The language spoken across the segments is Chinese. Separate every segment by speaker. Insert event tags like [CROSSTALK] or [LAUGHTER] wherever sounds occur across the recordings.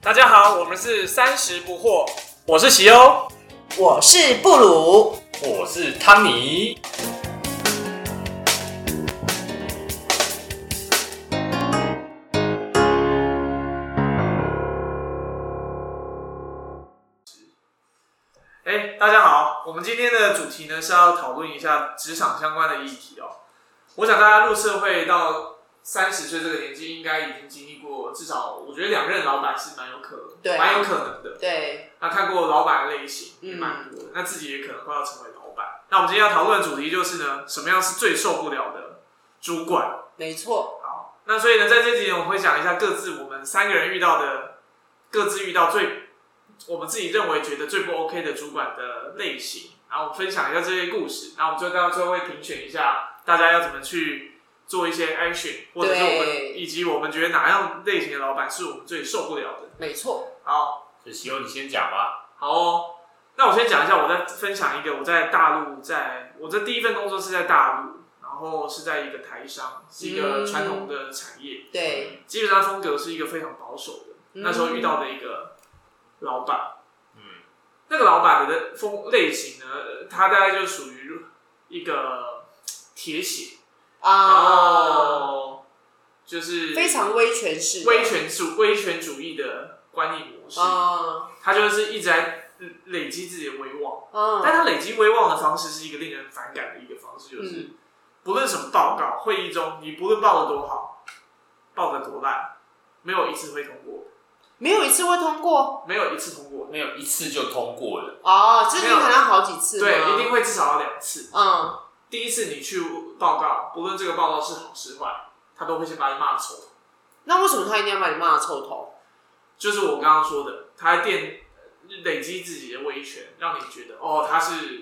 Speaker 1: 大家好，我们是三十不惑，我是喜欧，
Speaker 2: 我是布鲁，
Speaker 1: 我是汤尼。哎、大家好，我们今天的主题呢是要讨论一下职场相关的议题哦。我想大家入社会到三十岁这个年纪，应该已经经历过至少，我觉得两任老板是蛮有可
Speaker 2: 对
Speaker 1: 蛮有可能的。
Speaker 2: 对，
Speaker 1: 那看过老板的类型也蛮多的，那自己也可能快要成为老板。那我们今天要讨论的主题就是呢，什么样是最受不了的主管？
Speaker 2: 没错，
Speaker 1: 好，那所以呢，在这集我们会讲一下各自我们三个人遇到的，各自遇到最我们自己认为觉得最不 OK 的主管的类型，然后我们分享一下这些故事，然后我们最到最后会评选一下大家要怎么去做一些 action，或者是我
Speaker 2: 对
Speaker 1: 们以及我们觉得哪样类型的老板是我们最受不了的。
Speaker 2: 没错，
Speaker 1: 好，
Speaker 3: 就希望你先讲吧。
Speaker 1: 好哦，那我先讲一下，我在分享一个我在大陆，在我的第一份工作是在大陆，然后是在一个台商，是一个传统的产业，
Speaker 2: 对，嗯
Speaker 1: 基本上风格是一个非常保守的。那时候遇到的一个老板，
Speaker 3: 嗯，
Speaker 1: 那个老板的风类型呢，呃他大概就属于一个铁血，然
Speaker 2: 啊，
Speaker 1: 后就是
Speaker 2: 哦非常威权式的，
Speaker 1: 哦威权主威权主义的观念模式，
Speaker 2: 啊，
Speaker 1: 他就是一直在累积自己的威望。但
Speaker 2: 嗯，
Speaker 1: 他累积威望的方式是一个令人反感的一个方式，就是、
Speaker 2: 嗯
Speaker 1: 不论什么报告、会议中，你不论报的多好，报的多烂，没有一次会通过，
Speaker 2: 没有一次会通过
Speaker 1: 没有一次通过，
Speaker 3: 没有一次就通过了，
Speaker 2: 哦，就是你
Speaker 1: 没有
Speaker 2: 可能要好几次，
Speaker 1: 对，一定，会至少要两次。
Speaker 2: 嗯，
Speaker 1: 第一次你去报告，不论这个报告是好是坏，他都会先把你骂丑。
Speaker 2: 那为什么他一定要把你骂臭头？
Speaker 1: 就是我刚刚说的，他垫累积自己的威权，让你觉得哦，他是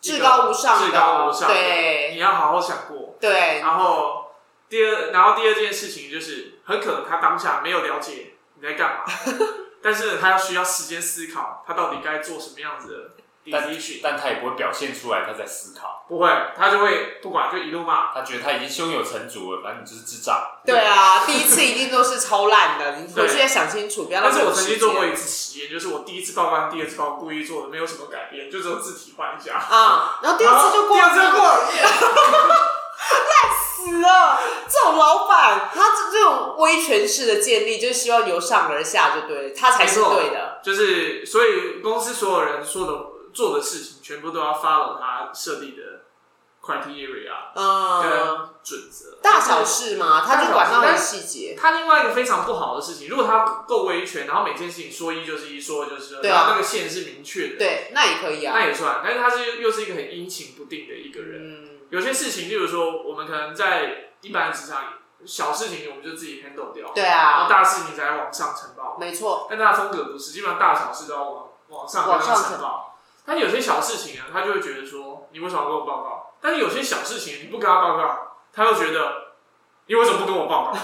Speaker 1: 一个
Speaker 2: 至高无上的
Speaker 1: 至高无上的，
Speaker 2: 对
Speaker 1: 你要好好想过。
Speaker 2: 对，
Speaker 1: 然后第二，然后第二件事情就是，很可能他当下没有了解你在
Speaker 2: [LAUGHS]
Speaker 1: 干嘛，但是他要需要时间思考，他到底该做什么样子的 decision。
Speaker 3: 但他也不会表现出来他在思考，
Speaker 1: 不会，他就会不管就一路骂。
Speaker 3: 他觉得他已经胸有成竹了，反正你就是智障。
Speaker 2: 对啊，第一次一定都是超烂的，你回去
Speaker 1: 对
Speaker 2: 要想清楚，不要浪
Speaker 1: 但
Speaker 2: 费
Speaker 1: 是我
Speaker 2: 时
Speaker 1: 曾
Speaker 2: 间
Speaker 1: 经做过一次实验，就是我第一次报告、第二次报告故意做的，没有什么改变，就只有字体换一下。
Speaker 2: 啊，然后第二次就过
Speaker 1: 第
Speaker 2: 了，
Speaker 1: 二次就过了。
Speaker 2: 死了！这种老板，他这这种威权式的建立，就是希望由上而下就对了，他才是对的。
Speaker 1: 就是所以公司所有人说的做的事情，全部都要 follow 他设定的 criteria
Speaker 2: 嗯，
Speaker 1: 跟准则。
Speaker 2: 大小事嘛，他就管到
Speaker 1: 大小
Speaker 2: 很
Speaker 1: 事
Speaker 2: 细节。
Speaker 1: 他另外一个非常不好的事情，如果他够威权，然后每件事情说一就是一，说二就是二，
Speaker 2: 对啊
Speaker 1: 然后那个线是明确的，
Speaker 2: 对，那也可以啊。
Speaker 1: 那也算。但是他是又是一个很阴晴不定的一个人。
Speaker 2: 嗯，
Speaker 1: 有些事情，例如说我们可能在一般的职场里，小事情我们就自己 handle 掉，
Speaker 2: 对
Speaker 1: 然后
Speaker 2: 啊，
Speaker 1: 大事情才往上呈报。
Speaker 2: 没错。
Speaker 1: 但他的风格不是，基本上大小事都要往往上跟
Speaker 2: 往
Speaker 1: 他
Speaker 2: 上
Speaker 1: 呈报。但有些小事情啊，他就会觉得说你为什么要跟我报告？但是有些小事情你不跟他报告，他又觉得你为什么不跟我报告？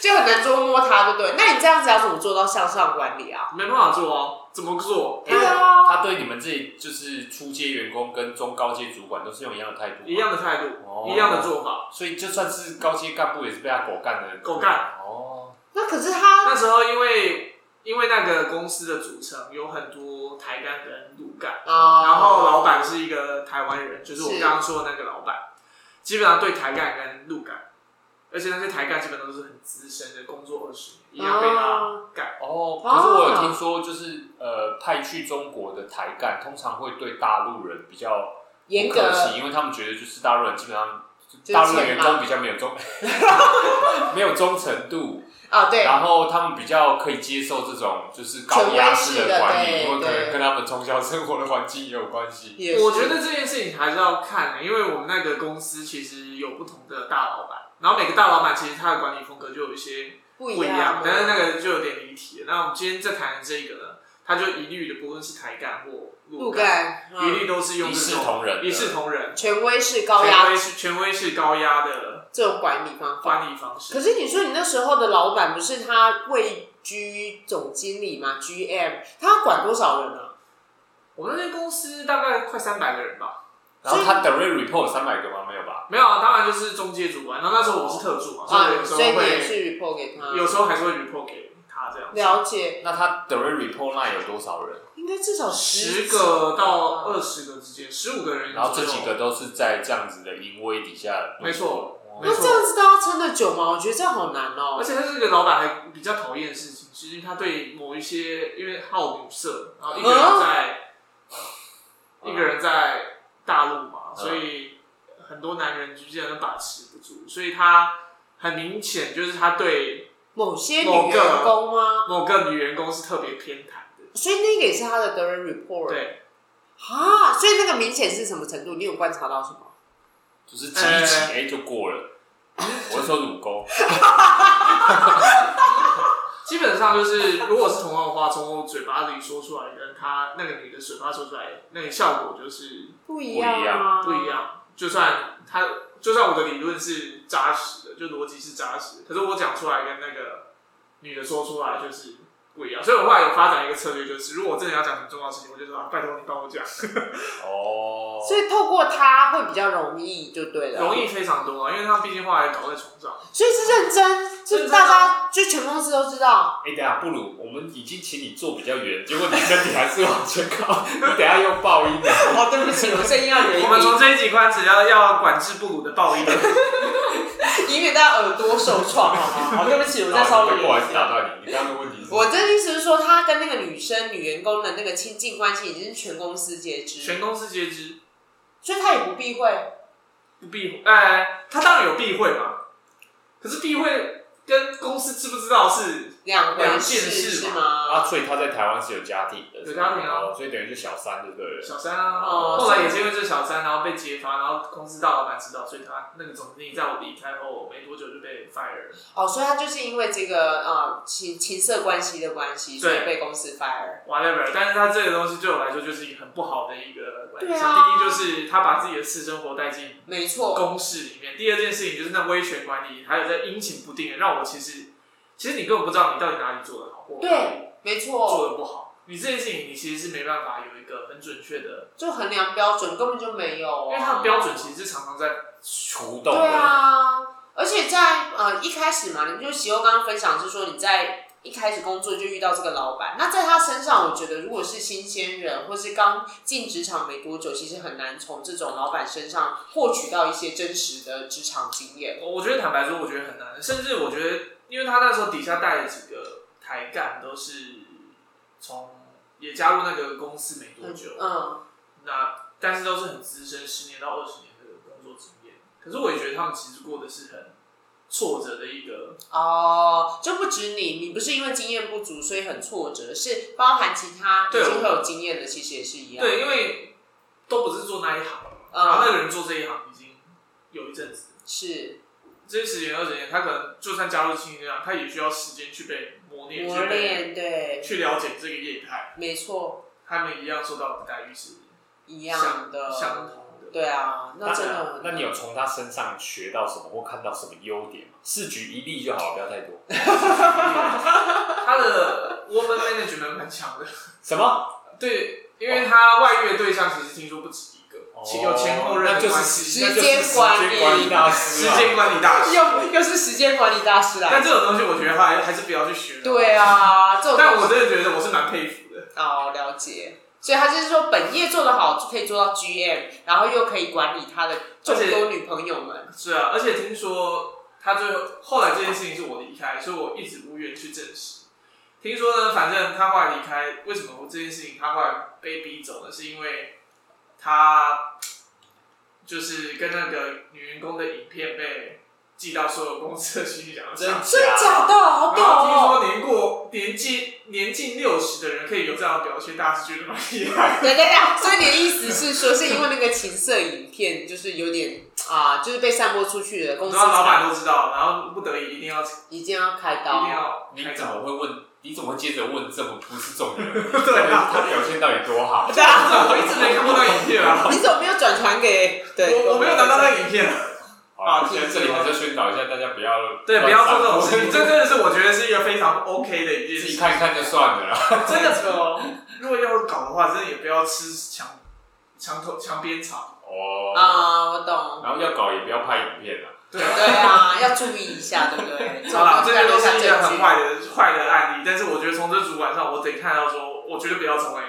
Speaker 2: 就很难捉摸他，对不对？那你这样子要怎么做到向上管理啊？
Speaker 1: 没办法做啊，怎么做？
Speaker 2: 对啊，
Speaker 3: 他对你们这里就是初阶员工跟中高阶主管都是用一样的态度，
Speaker 1: 一，样的态度，
Speaker 3: 哦
Speaker 1: 一样的，做法。
Speaker 3: 所以就算是高阶干部也是被他狗干的，
Speaker 1: 狗干
Speaker 3: 哦，
Speaker 2: 那可是他
Speaker 1: 那时候因为因为那个公司的组成有很多台干跟鲁干，
Speaker 2: 啊
Speaker 1: 然后老板是一个台湾人，就是我
Speaker 2: 是
Speaker 1: 刚刚说的那个老板，基本上对台干跟陆干，而且那些台干基本上都是很资深的，工作二十年，一样被他
Speaker 2: 啊
Speaker 1: 干。
Speaker 3: 哦，
Speaker 2: 啊
Speaker 3: 可是我有听说，就是呃，派去中国的台干通常会对大陆人比较
Speaker 2: 严
Speaker 3: 不
Speaker 2: 格
Speaker 3: 客气，因为他们觉得就是大陆人基本上
Speaker 2: 就是
Speaker 3: 大陆的
Speaker 2: 钱
Speaker 3: 员
Speaker 2: 嘛
Speaker 3: 工比较没
Speaker 2: [LAUGHS]
Speaker 3: 有忠，没有忠诚度，
Speaker 2: 啊，对，
Speaker 3: 然后他们比较可以接受这种就是高压式的管理，因为可能跟他们从小生活的环境也有关系。
Speaker 2: 也是
Speaker 1: 我觉得这件事情还是要看、的，因为我们那个公司其实有不同的大老板，然后每个大老板其实他的管理风格就有一些
Speaker 2: 不
Speaker 1: 不一样
Speaker 2: 样，，啊
Speaker 1: 但是那个就有点离题了。那我们今天在谈的这个呢，它就一律的，不论是台干或
Speaker 2: 不
Speaker 1: 陆干，
Speaker 2: 干
Speaker 1: 一律都是用
Speaker 3: 一视同仁的
Speaker 1: 一视同仁、
Speaker 2: 权威式高
Speaker 1: 权
Speaker 2: 压
Speaker 1: 威式、权威式高压的
Speaker 2: 这种管理方法。
Speaker 1: 管理方式。
Speaker 2: 可是你说你那时候的老板不是他位居总经理嘛，GM，他要管多少人啊？
Speaker 1: 我们那间公司大概快三百个人吧，
Speaker 3: 然后他等于 report 三百个吗？没有吧？
Speaker 1: 没有啊，当然就是中介主管。然后那时候我是特助嘛，所以我
Speaker 2: 啊，
Speaker 1: 有时候
Speaker 2: 所以你也
Speaker 1: 会，
Speaker 2: 是 report 给他，
Speaker 1: 有时候还是会 report 给他。他这样子。
Speaker 2: 了解，
Speaker 3: 那他 direct report line 有多少人？
Speaker 2: 应该至少
Speaker 1: 十
Speaker 2: 几
Speaker 1: 个到
Speaker 2: 吧
Speaker 1: 二十个之间，十五个人左右，
Speaker 3: 然后这几个都是在这样子的淫威底下，
Speaker 1: 没错，
Speaker 3: 哦
Speaker 1: 没
Speaker 2: 那
Speaker 1: 错
Speaker 2: 这样子大家撑得久吗？我觉得这样好难哦、
Speaker 1: 而且他这个老板还比较讨厌的事情，是因为他对某一些因为好女色，然后一个人在、一个人在大陆嘛，
Speaker 3: 嗯
Speaker 1: 所以很多男人就基本上把持不住，所以他很明显就是他对
Speaker 2: 某些女
Speaker 1: 某个
Speaker 2: 员工吗？
Speaker 1: 某个女员工是特别偏袒的，
Speaker 2: 所以那个也是他的 direct report。
Speaker 1: 对，
Speaker 2: 啊，所以那个明显是什么程度？你有观察到什么？
Speaker 3: 就是挤一挤，哎，就过了。我是说乳沟，
Speaker 1: 基本上就是如果是同样的话，从我嘴巴里说出来跟他那个女的嘴巴说出来，那个效果就是
Speaker 2: 不一
Speaker 3: 样
Speaker 2: 啊，
Speaker 1: 不一。样。就算他，就算我的理论是扎实的，就逻辑是扎实的，可是我讲出来跟那个女的说出来就是不一样。所以我后来有发展一个策略，就是如果我真的要讲什么重要的事情，我就说、啊、拜托你帮我讲，
Speaker 3: 哦，
Speaker 2: 所以透过他会比较容易，就对了。
Speaker 1: 容。易非常多啊，因为他毕竟后来搞在床上，
Speaker 2: 所以是认真，就是
Speaker 1: 啊
Speaker 2: 大家就全公司都知道。
Speaker 3: 哎，等一下，不如我们已经请你坐比较远，结果你身体还是往前靠，你等一下又爆音了。
Speaker 2: 哦，对不
Speaker 1: [LAUGHS]
Speaker 2: 起，我声音要
Speaker 1: 我们从这一集开始要要管制不辱的暴力。
Speaker 2: 以免大家耳朵受创，好
Speaker 1: 哦
Speaker 2: [LAUGHS] 吗？好，对不起，哦我
Speaker 3: 不好意思
Speaker 2: 啊
Speaker 3: 打断你，你刚刚的问题是？
Speaker 2: 我的意思是说，他跟那个女生、女员工的那个亲近关系已经是全公司皆知，
Speaker 1: 全公司皆知，
Speaker 2: 所以他也不避讳。
Speaker 1: 不避讳，哎、他当然有避讳嘛，可是避讳跟公司知不知道是
Speaker 2: 两回
Speaker 1: 两件
Speaker 2: 事
Speaker 1: 事
Speaker 2: 是
Speaker 1: 嘛
Speaker 3: 啊，
Speaker 2: 吗？
Speaker 3: 所以他在台湾是有家庭的，
Speaker 1: 有家庭啊
Speaker 3: 哦所以等于就小三就对了。
Speaker 1: 小三啊，
Speaker 2: 哦
Speaker 1: 后来也是因为这小三，然后被揭发，然后公司大老板知道，所以他那个总经理在我离开后没多久就被 fire 了。
Speaker 2: 哦，所以他就是因为这个呃情情色关系的关系，所以
Speaker 1: 对
Speaker 2: 被公司 fire。
Speaker 1: whatever，但是他这个东西对我来说就是一个很不好的一个关系。
Speaker 2: 对啊
Speaker 1: 第一就是他把自己的私生活带进
Speaker 2: 没错，
Speaker 1: 公事里面，第二件事情就是那威权管理，还有在阴晴不定，让我其实其实你根本不知道你到底哪里做的好，或
Speaker 2: 对，没错，
Speaker 1: 做的不好。你这件事情你其实是没办法有一个很准确的，
Speaker 2: 就衡量标准根本就没有、
Speaker 1: 因为
Speaker 2: 啊，
Speaker 1: 它的标准其实是常常在
Speaker 3: 除
Speaker 2: 对
Speaker 3: 动的，
Speaker 2: 啊，而且在呃一开始嘛，你们就喜欧刚刚分享是说你在一开始工作就遇到这个老板，那在他身上，我觉得如果是新鲜人或是刚进职场没多久，其实很难从这种老板身上获取到一些真实的职场经验。
Speaker 1: 我我觉得坦白说，我觉得很难，甚至我觉得，因为他那时候底下带的几个台干都是从也加入那个公司没多久，
Speaker 2: 嗯，
Speaker 1: 那但是都是很资深，十年到二十年的工作经验。可是我也觉得他们其实过的是很挫折的一个，
Speaker 2: 哦，就不止你，你不是因为经验不足所以很挫折，是包含其他已
Speaker 1: 对
Speaker 2: 经
Speaker 1: 我
Speaker 2: 会有经验的，其实也是一样。
Speaker 1: 对，因为都不是做那一行，然后那
Speaker 2: 嗯，
Speaker 1: 个人做这一行已经有一阵子，
Speaker 2: 是
Speaker 1: 这十年二十年，他可能就算加入新这行，他也需要时间去被磨练，
Speaker 2: 磨
Speaker 1: 去被
Speaker 2: 练，对，
Speaker 1: 去了解这个业态，
Speaker 2: 没错，
Speaker 1: 他们一样受到的待遇是。
Speaker 2: 一样的，
Speaker 1: 相同的。
Speaker 2: 对啊，那真的很
Speaker 3: 那你有从他身上学到什么或看到什么优点吗？四举一例就好，不要太多。
Speaker 1: 他的 woman management 蛮强的，
Speaker 3: 什么？
Speaker 1: 对，因为他外遇的对象其实听说不止一个，其有前后任
Speaker 3: 哦那
Speaker 1: 的
Speaker 3: 就是
Speaker 1: 关
Speaker 3: 时
Speaker 1: 系，
Speaker 3: 那
Speaker 2: 间
Speaker 3: 就是时间管理大师
Speaker 1: 时
Speaker 3: 啊。
Speaker 1: 间管理大 [LAUGHS] 师。
Speaker 2: 又又是时间管理大师
Speaker 1: 但
Speaker 2: 啦。
Speaker 1: 这种东西，我觉得还还是不要去学。，
Speaker 2: 对啊，这种
Speaker 1: 但我真的觉得我是蛮佩服的。
Speaker 2: 哦了解，所以他就是说本业做得好就可以做到 GM，然后又可以管理他的众多女朋友们。
Speaker 1: 是啊，而且听说他最后后来这件事情是我离开，所以我一直无缘去证实。听说呢，反正他后来离开，为什么这件事情他后来被逼走呢？是因为他就是跟那个女员工的影片被寄到所有公司的行李箱
Speaker 3: 真
Speaker 1: 上。
Speaker 2: 真假的，
Speaker 1: 然后
Speaker 2: 好
Speaker 1: 听
Speaker 2: 屌哦！
Speaker 1: 说年过年近年近六十的人可以有这样的表现，大家是觉得蛮厉害。
Speaker 2: 对对对，所以你的意思是说，是因为那个情色影片就是有点啊，就是被散播出去的公司
Speaker 1: 然后老
Speaker 2: 才
Speaker 1: 板都知道，然后不得已一定要一
Speaker 2: 一定要开
Speaker 1: [LAUGHS]
Speaker 2: 刀 [LAUGHS]
Speaker 1: 定。要
Speaker 3: 你怎么会问？你怎么会接着问这么不是重 [LAUGHS] 点？
Speaker 1: 对啊？
Speaker 3: 他表现到底多好？
Speaker 2: 对啊，
Speaker 1: 我一直没看过那影片啊，
Speaker 2: 你怎么没有转传给？对，
Speaker 1: 我我没有拿到那影片。啊
Speaker 3: 好，现在这里还是要宣导一下，大家不要
Speaker 1: 对，不要做这种事情，
Speaker 3: 乱散
Speaker 1: 这真的是我觉得是一个非常 OK 的一件
Speaker 3: [LAUGHS] 自己
Speaker 1: 事。
Speaker 3: 看一看就算了啦。
Speaker 1: 真的，哦如果要搞的话，真的也不要吃墙墙头墙边草。
Speaker 3: 哦，
Speaker 2: 啊，我懂。
Speaker 3: 然后要搞也不要拍影片啦。
Speaker 1: 对
Speaker 2: 对啊，要注意一下，对不对？
Speaker 1: 好啦，这
Speaker 2: 个
Speaker 1: 个都是一个很坏的坏的案例，但是我觉得从这主管上，我得看到说，我绝对不要成为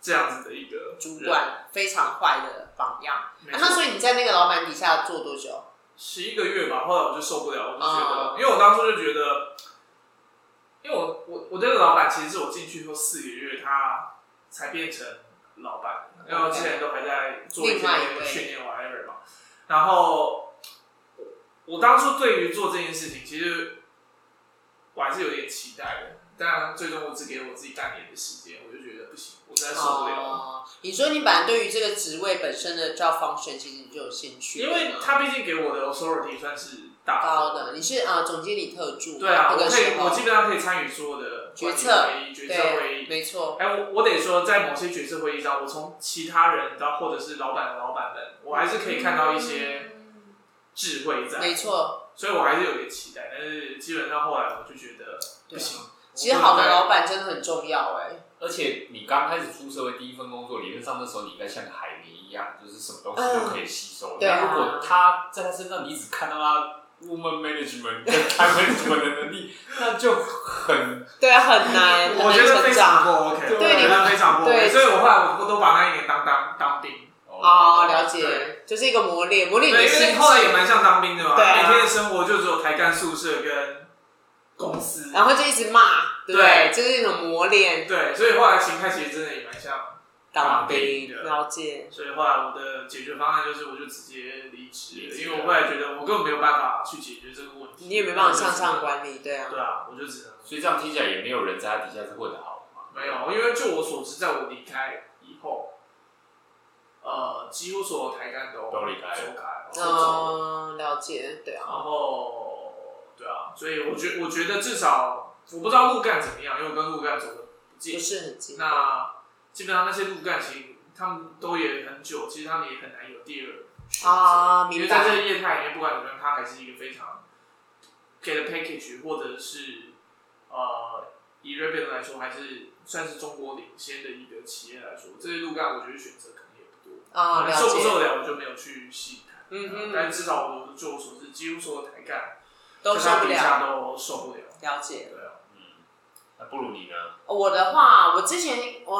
Speaker 1: 这样子的一个人
Speaker 2: 主。管非常坏的榜样。啊
Speaker 1: 没
Speaker 2: 那
Speaker 1: 错，
Speaker 2: 所以你在那个老板底下做多久？
Speaker 1: 十一个月吧，后来我就受不了，我就觉得，
Speaker 2: 哦
Speaker 1: 因为我当初就觉得，因为我我我这个老板其实是我进去后四个月，他才变成老板，然后之前都还在做一些
Speaker 2: 另外一位
Speaker 1: 训练 whatever 嘛，然后我我当初对于做这件事情，其实我还是有点期待的，但最终我只给我自己半年的时间，我就觉得不行，我实在受不了。
Speaker 2: 哦，你说你本来对于这个职位本身的叫 function，其实你就有兴趣了
Speaker 1: 因
Speaker 2: 吗，
Speaker 1: 为他毕竟给我的 authority 算是大的
Speaker 2: 高的，你是呃总经理特助嘛，
Speaker 1: 对啊，
Speaker 2: 那
Speaker 1: 我
Speaker 2: 个
Speaker 1: 可以
Speaker 2: 时，候
Speaker 1: 我基本上可以参与所有的
Speaker 2: 决策
Speaker 1: 会议、决策会
Speaker 2: 对，
Speaker 1: 议。
Speaker 2: 没错，
Speaker 1: 哎，我我得说，在某些决策会议上，我从其他人到或者是老板的老板们，我还是可以看到一些啊智慧在，
Speaker 2: 嗯没错，
Speaker 1: 所以我还是有点期待。但是基本上后来我就觉得不
Speaker 2: 对啊
Speaker 1: 行。
Speaker 2: 其实好的
Speaker 1: 老
Speaker 2: 老板真的很重要哎，
Speaker 3: 而且你刚开始出社会第一份工作，理论上那时候你应该像个海绵一样，就是什么东西都可以吸收。
Speaker 2: 嗯对
Speaker 3: 但
Speaker 2: 啊
Speaker 3: 如果他在他身上，你一直看到他 woman management [LAUGHS] 跟 time management 的能力，那就很
Speaker 2: [LAUGHS] 对啊，很难，很
Speaker 1: 我觉
Speaker 2: 难
Speaker 1: 得
Speaker 2: 成
Speaker 1: 非常
Speaker 2: 长。
Speaker 1: 不 OK，
Speaker 3: 对
Speaker 1: 我觉得非常不 OK，
Speaker 2: 对
Speaker 1: 所以我后来我都把那一年当当当兵，
Speaker 2: 哦，了
Speaker 1: 对
Speaker 2: 解，就是一个磨练，磨
Speaker 1: 对，
Speaker 2: 练
Speaker 1: 因
Speaker 2: 你的
Speaker 1: 为
Speaker 2: 心
Speaker 1: 后来也
Speaker 2: 智，
Speaker 1: 蛮像当兵的嘛，
Speaker 2: 对啊
Speaker 1: 每天的生活就只有台干宿舍跟公司，
Speaker 2: 然后就一直骂，对不对？就是那种磨练，
Speaker 1: 对，所以后来形态其实真的也蛮像，
Speaker 2: 当
Speaker 3: 当兵
Speaker 2: 兵，
Speaker 1: 对
Speaker 2: 了解，
Speaker 1: 所以后来我的解决方案就是我就直接离职
Speaker 3: 离
Speaker 1: 了，
Speaker 3: 职
Speaker 1: 因为我后来觉得我根本没有办法去解决这个问题，
Speaker 2: 你也没办法向上管理，对啊，
Speaker 1: 对啊，我就只能
Speaker 3: 所以这样听起来也没有人在他底下是混得好的嘛。
Speaker 1: 没有，因为就我所知，在我离开以后，呃，几乎所有台干都
Speaker 3: 都离开了
Speaker 1: 走开，都走了哦
Speaker 2: 嗯，了解，对啊，
Speaker 1: 然后对啊，所以我觉我觉得至少我不知道陆干怎么样，因为我跟陆干走的不近
Speaker 2: 不，是很近，
Speaker 1: 那基本上那些陆干其实他们都也很久，其实他们也很难有第二选择
Speaker 2: 啊，
Speaker 1: 因
Speaker 2: 明
Speaker 1: 为在这
Speaker 2: 白，
Speaker 1: 个业态里面，不管怎么样，它还是一个非常给的 package，或者是呃，以瑞贝来说，还是算是中国领先的一个企业来说，这些路干我觉得选择可能也不多。
Speaker 3: 哦
Speaker 2: 啊，了
Speaker 1: 受不
Speaker 2: 解，
Speaker 1: 受得了，我就没有去细谈。
Speaker 2: 嗯
Speaker 1: 呃
Speaker 2: 嗯
Speaker 1: 但至少我就我所知，几乎所有台干
Speaker 2: 都
Speaker 1: 在
Speaker 2: 受
Speaker 1: 它
Speaker 2: 不
Speaker 1: 底
Speaker 2: 了，
Speaker 1: 下都受不了。
Speaker 2: 了解。
Speaker 1: 对啊，
Speaker 3: 嗯，那不如你呢？
Speaker 2: 我的话，我之前我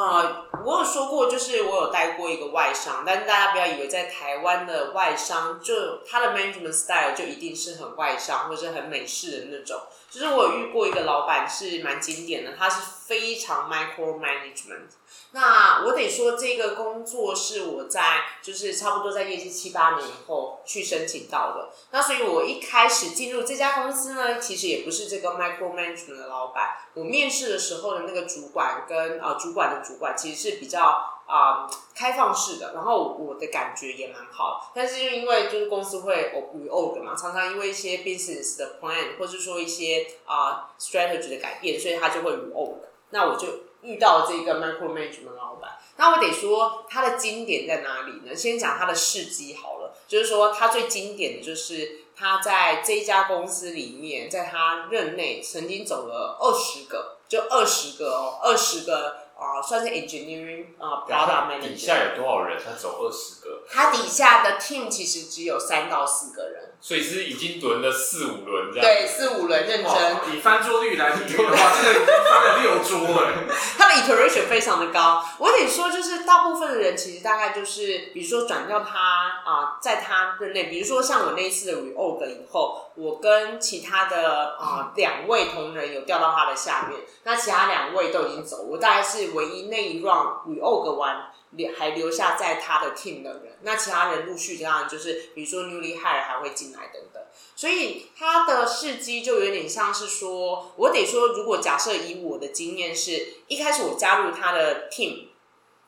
Speaker 2: 我有说过，就是我有带过一个外商，但是大家不要以为在台湾的外商就他的 management style 就一定是很外商或者是很美式的那种。就是我有遇过一个老板是蛮经典的，他是非常 micro management。那我得说，这个工作是我在就是差不多在业绩七八年以后去申请到的。那所以我一开始进入这家公司呢，其实也不是这个 micro management 的老板。我面试的时候的那个主管跟呃主管的主管其实是比较啊、开放式的，然后我的感觉也蛮好，但是就因为就是公司会 o 与 o 的嘛，常常因为一些 business 的 plan 或是说一些啊、strategy 的改变，所以他就会与 o 的。那我就遇到这个 micro management 老板，那我得说他的经典在哪里呢？先讲他的事迹好了，就是说他最经典的就是他在这一家公司里面，在他任内曾经走了二十个，就二十个哦，二十个啊、呃算是 engineering 啊、呃、product
Speaker 3: 他
Speaker 2: manager
Speaker 3: 底下有多少人？他走二十个，
Speaker 2: 他底下的 team 其实只有三到四个人，
Speaker 3: 所以是已经轮了四五轮这样。
Speaker 2: 对，四五人认真
Speaker 3: 哦
Speaker 1: 哇，以翻桌率来比喻的
Speaker 3: [LAUGHS]
Speaker 1: 话，这个已经翻了六桌了。
Speaker 2: [LAUGHS] 他的 iteration 非常的高。我得说，就是大部分的人其实大概就是，比如说转掉他啊、在他任内，比如说像我那一次的 reorg 以后，我跟其他的啊两、位同仁有调到他的下面，那其他两位都已经走，我大概是唯一那一 round reorg 完。留还留下在他的 team 的人，那其他人陆续这样，就是比如说 newly hire 还会进来等等。所以他的事迹就有点像是说，我得说，如果假设以我的经验是，一开始我加入他的 team，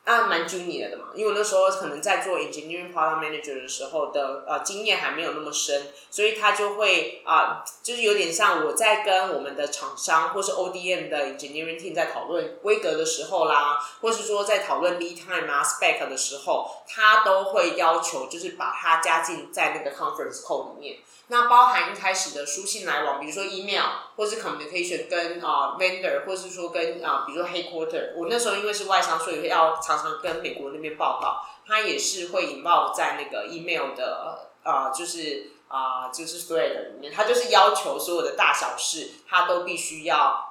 Speaker 2: 啊，蛮 junior 的嘛，因为我那时候可能在做 engineering product manager 的时候的呃经验还没有那么深，所以他就会啊、就是有点像我在跟我们的厂商或是 ODM 的 engineering team 在讨论规格的时候啦，或是说在讨论 lead time 啊 spec 的时候，他都会要求就是把它加进在那个 conference call 里面。那包含一开始的书信来往，比如说 email 或是 communication 跟啊、呃 vendor，或是说跟啊、呃比如说 headquarter。我那时候因为是外商，所以要常常跟美国那边报告，它也是会引爆在那个 email 的呃，就是啊、就是所有的里面，他就是要求所有的大小事，他都必须要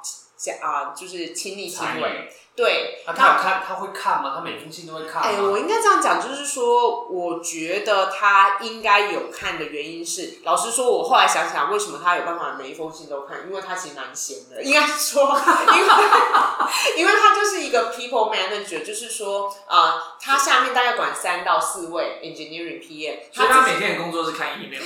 Speaker 2: 啊、就是亲力亲
Speaker 3: 参
Speaker 2: 为。
Speaker 3: 与。
Speaker 2: 对，
Speaker 3: 那他有看，他会看吗？他每封信都会看吗？
Speaker 2: 哎、我应该这样讲，就是说，我觉得他应该有看的原因是，老实说，我后来想想，为什么他有办法每一封信都看？因为他其实蛮闲的，应该
Speaker 1: [LAUGHS]
Speaker 2: 说，因为 [LAUGHS] 因为他就是一个 people manager，就是说，呃，他下面大概管三到四位 engineering PM，
Speaker 1: 所以他
Speaker 2: 自己
Speaker 1: 每天的工作是看
Speaker 2: [LAUGHS]
Speaker 1: email，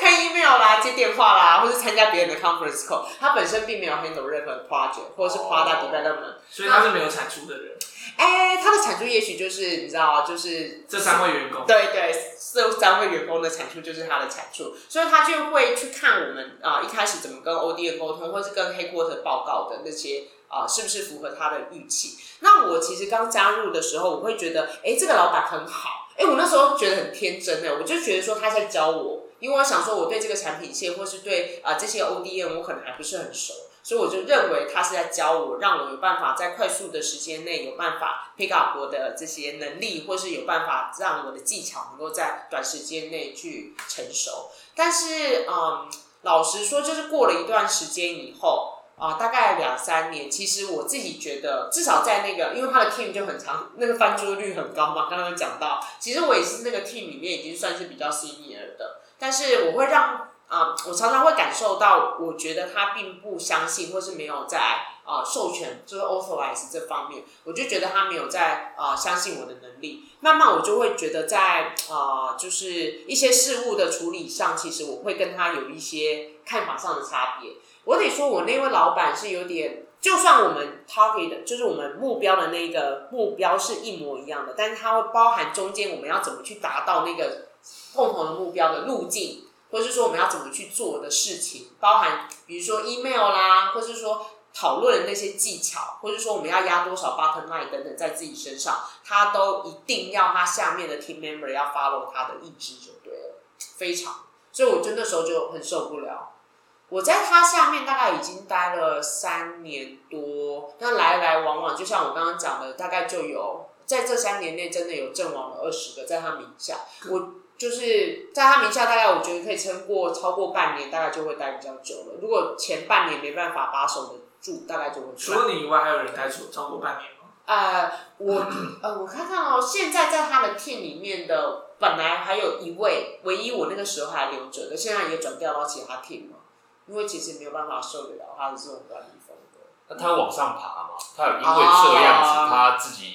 Speaker 2: 看 email 啦、接电话啦，或是参加别人的 conference call，他本身并没有 handle 任何 project 或者是 product development。
Speaker 1: 哦所以他是没有产出的人。
Speaker 2: 哎、他的产出也许就是你知道，就是
Speaker 1: 这三位员工，
Speaker 2: 对对，这三位员工的产出就是他的产出，所以他就会去看我们啊、一开始怎么跟 OD 的沟通，或是跟 headquarter 报告的那些啊、是不是符合他的预期。那我其实刚加入的时候，我会觉得，哎，这个老板很好，哎，我那时候觉得很天真欸的，我就觉得说他在教我，因为我想说我对这个产品线或是对啊、这些 ODM 我可能还不是很熟。所以我就认为他是在教我，让我有办法在快速的时间内有办法 pick up 我的这些能力，或是有办法让我的技巧能够在短时间内去成熟。但是，嗯，老实说，就是过了一段时间以后。啊、大概两三年，其实我自己觉得，至少在那个，因为他的 team 就很长，那个翻桌率很高嘛，刚刚有讲到，其实我也是那个 team 里面已经算是比较 senior 的，但是我会让啊、我常常会感受到，我觉得他并不相信，或是没有在啊、授权，就是 authorize 这方面，我就觉得他没有在啊、相信我的能力。慢慢我就会觉得在啊、就是一些事物的处理上，其实我会跟他有一些看法上的差别。我得说，我那位老板是有点，就算我们 target 就是我们目标的那个目标是一模一样的，但是它会包含中间我们要怎么去达到那个共同的目标的路径，或是说我们要怎么去做的事情，包含比如说 email 啦，或是说讨论的那些技巧，或是说我们要压多少 button line 等等在自己身上，他都一定要他下面的 team member 要 follow 他的意志就对了，非常。所以我就那时候就很受不了。我在他下面大概已经待了三年多，那来来往往，就像我刚刚讲的，大概就有在这三年内真的有阵亡了二十个在他名下。我就是在他名下，大概我觉得可以撑过超过半年，大概就会待比较久了。如果前半年没办法把守得住，大概就会
Speaker 1: 除了你以外，还有人待超超过半年吗？
Speaker 2: 呃，我呃，我看看哦，现在在他的 team 里面的，本来还有一位，唯一我那个时候还留着的，现在也转调到其他 team 了，因为其实没有办法受得了他的这种管理风格。
Speaker 3: 那他往上爬嘛？他有因为这样子，
Speaker 2: 啊
Speaker 3: 他自己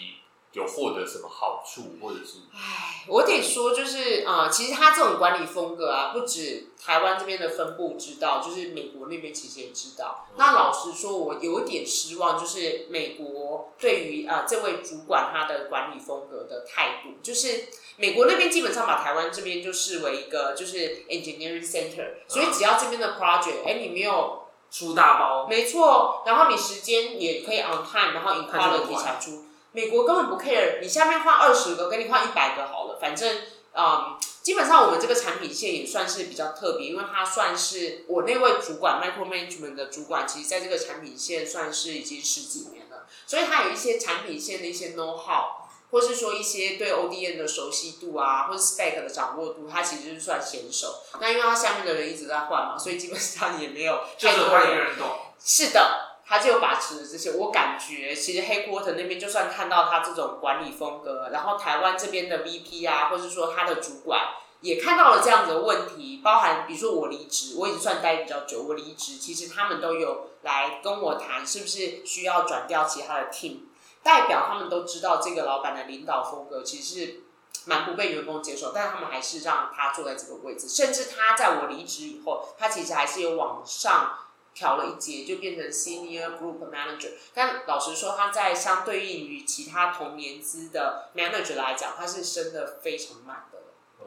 Speaker 3: 有获得什么好处，或者是
Speaker 2: 唉，我得说，就是啊、呃其实他这种管理风格啊，不止台湾这边的分部知道，就是美国那边其实也知道。那老实说，我有点失望，就是美国对于啊、呃这位主管他的管理风格的态度，就是美国那边基本上把台湾这边就视为一个就是 engineering center，所以只要这边的 project，哎，你没有
Speaker 1: 出大包，
Speaker 2: 没错，然后你时间也可以 on time，然后 in
Speaker 1: 它就不
Speaker 2: quality
Speaker 1: 管
Speaker 2: 产出。美国根本不 care，你下面换二十个，跟你换一百个好了，反正嗯，基本上我们这个产品线也算是比较特别，因为它算是我那位主管 micro management 的主管，其实在这个产品线算是已经十几年了，所以他有一些产品线的一些 know how，或是说一些对 ODN 的熟悉度啊，或是 spec 的掌握度，他其实是算娴熟。那因为他下面的人一直在换嘛，所以基本上也没有
Speaker 1: 就
Speaker 2: 太
Speaker 1: 是
Speaker 2: 多
Speaker 1: 换一
Speaker 2: 人
Speaker 1: 个人懂。
Speaker 2: 是的，他就有把持了这些。我感觉其实黑 quarter 那边就算看到他这种管理风格，然后台湾这边的 VP 啊，或是说他的主管也看到了这样子的问题，包含比如说我离职，我已经算待比较久，我离职，其实他们都有来跟我谈，是不是需要转调其他的 team，代表他们都知道这个老板的领导风格其实是蛮不被员工接受，但他们还是让他坐在这个位置，甚至他在我离职以后，他其实还是有往上调了一阶，就变成 senior group manager。但老实说，他在相对应于其他同年资的 manager 来讲，他是升的非常慢的。
Speaker 3: 嗯，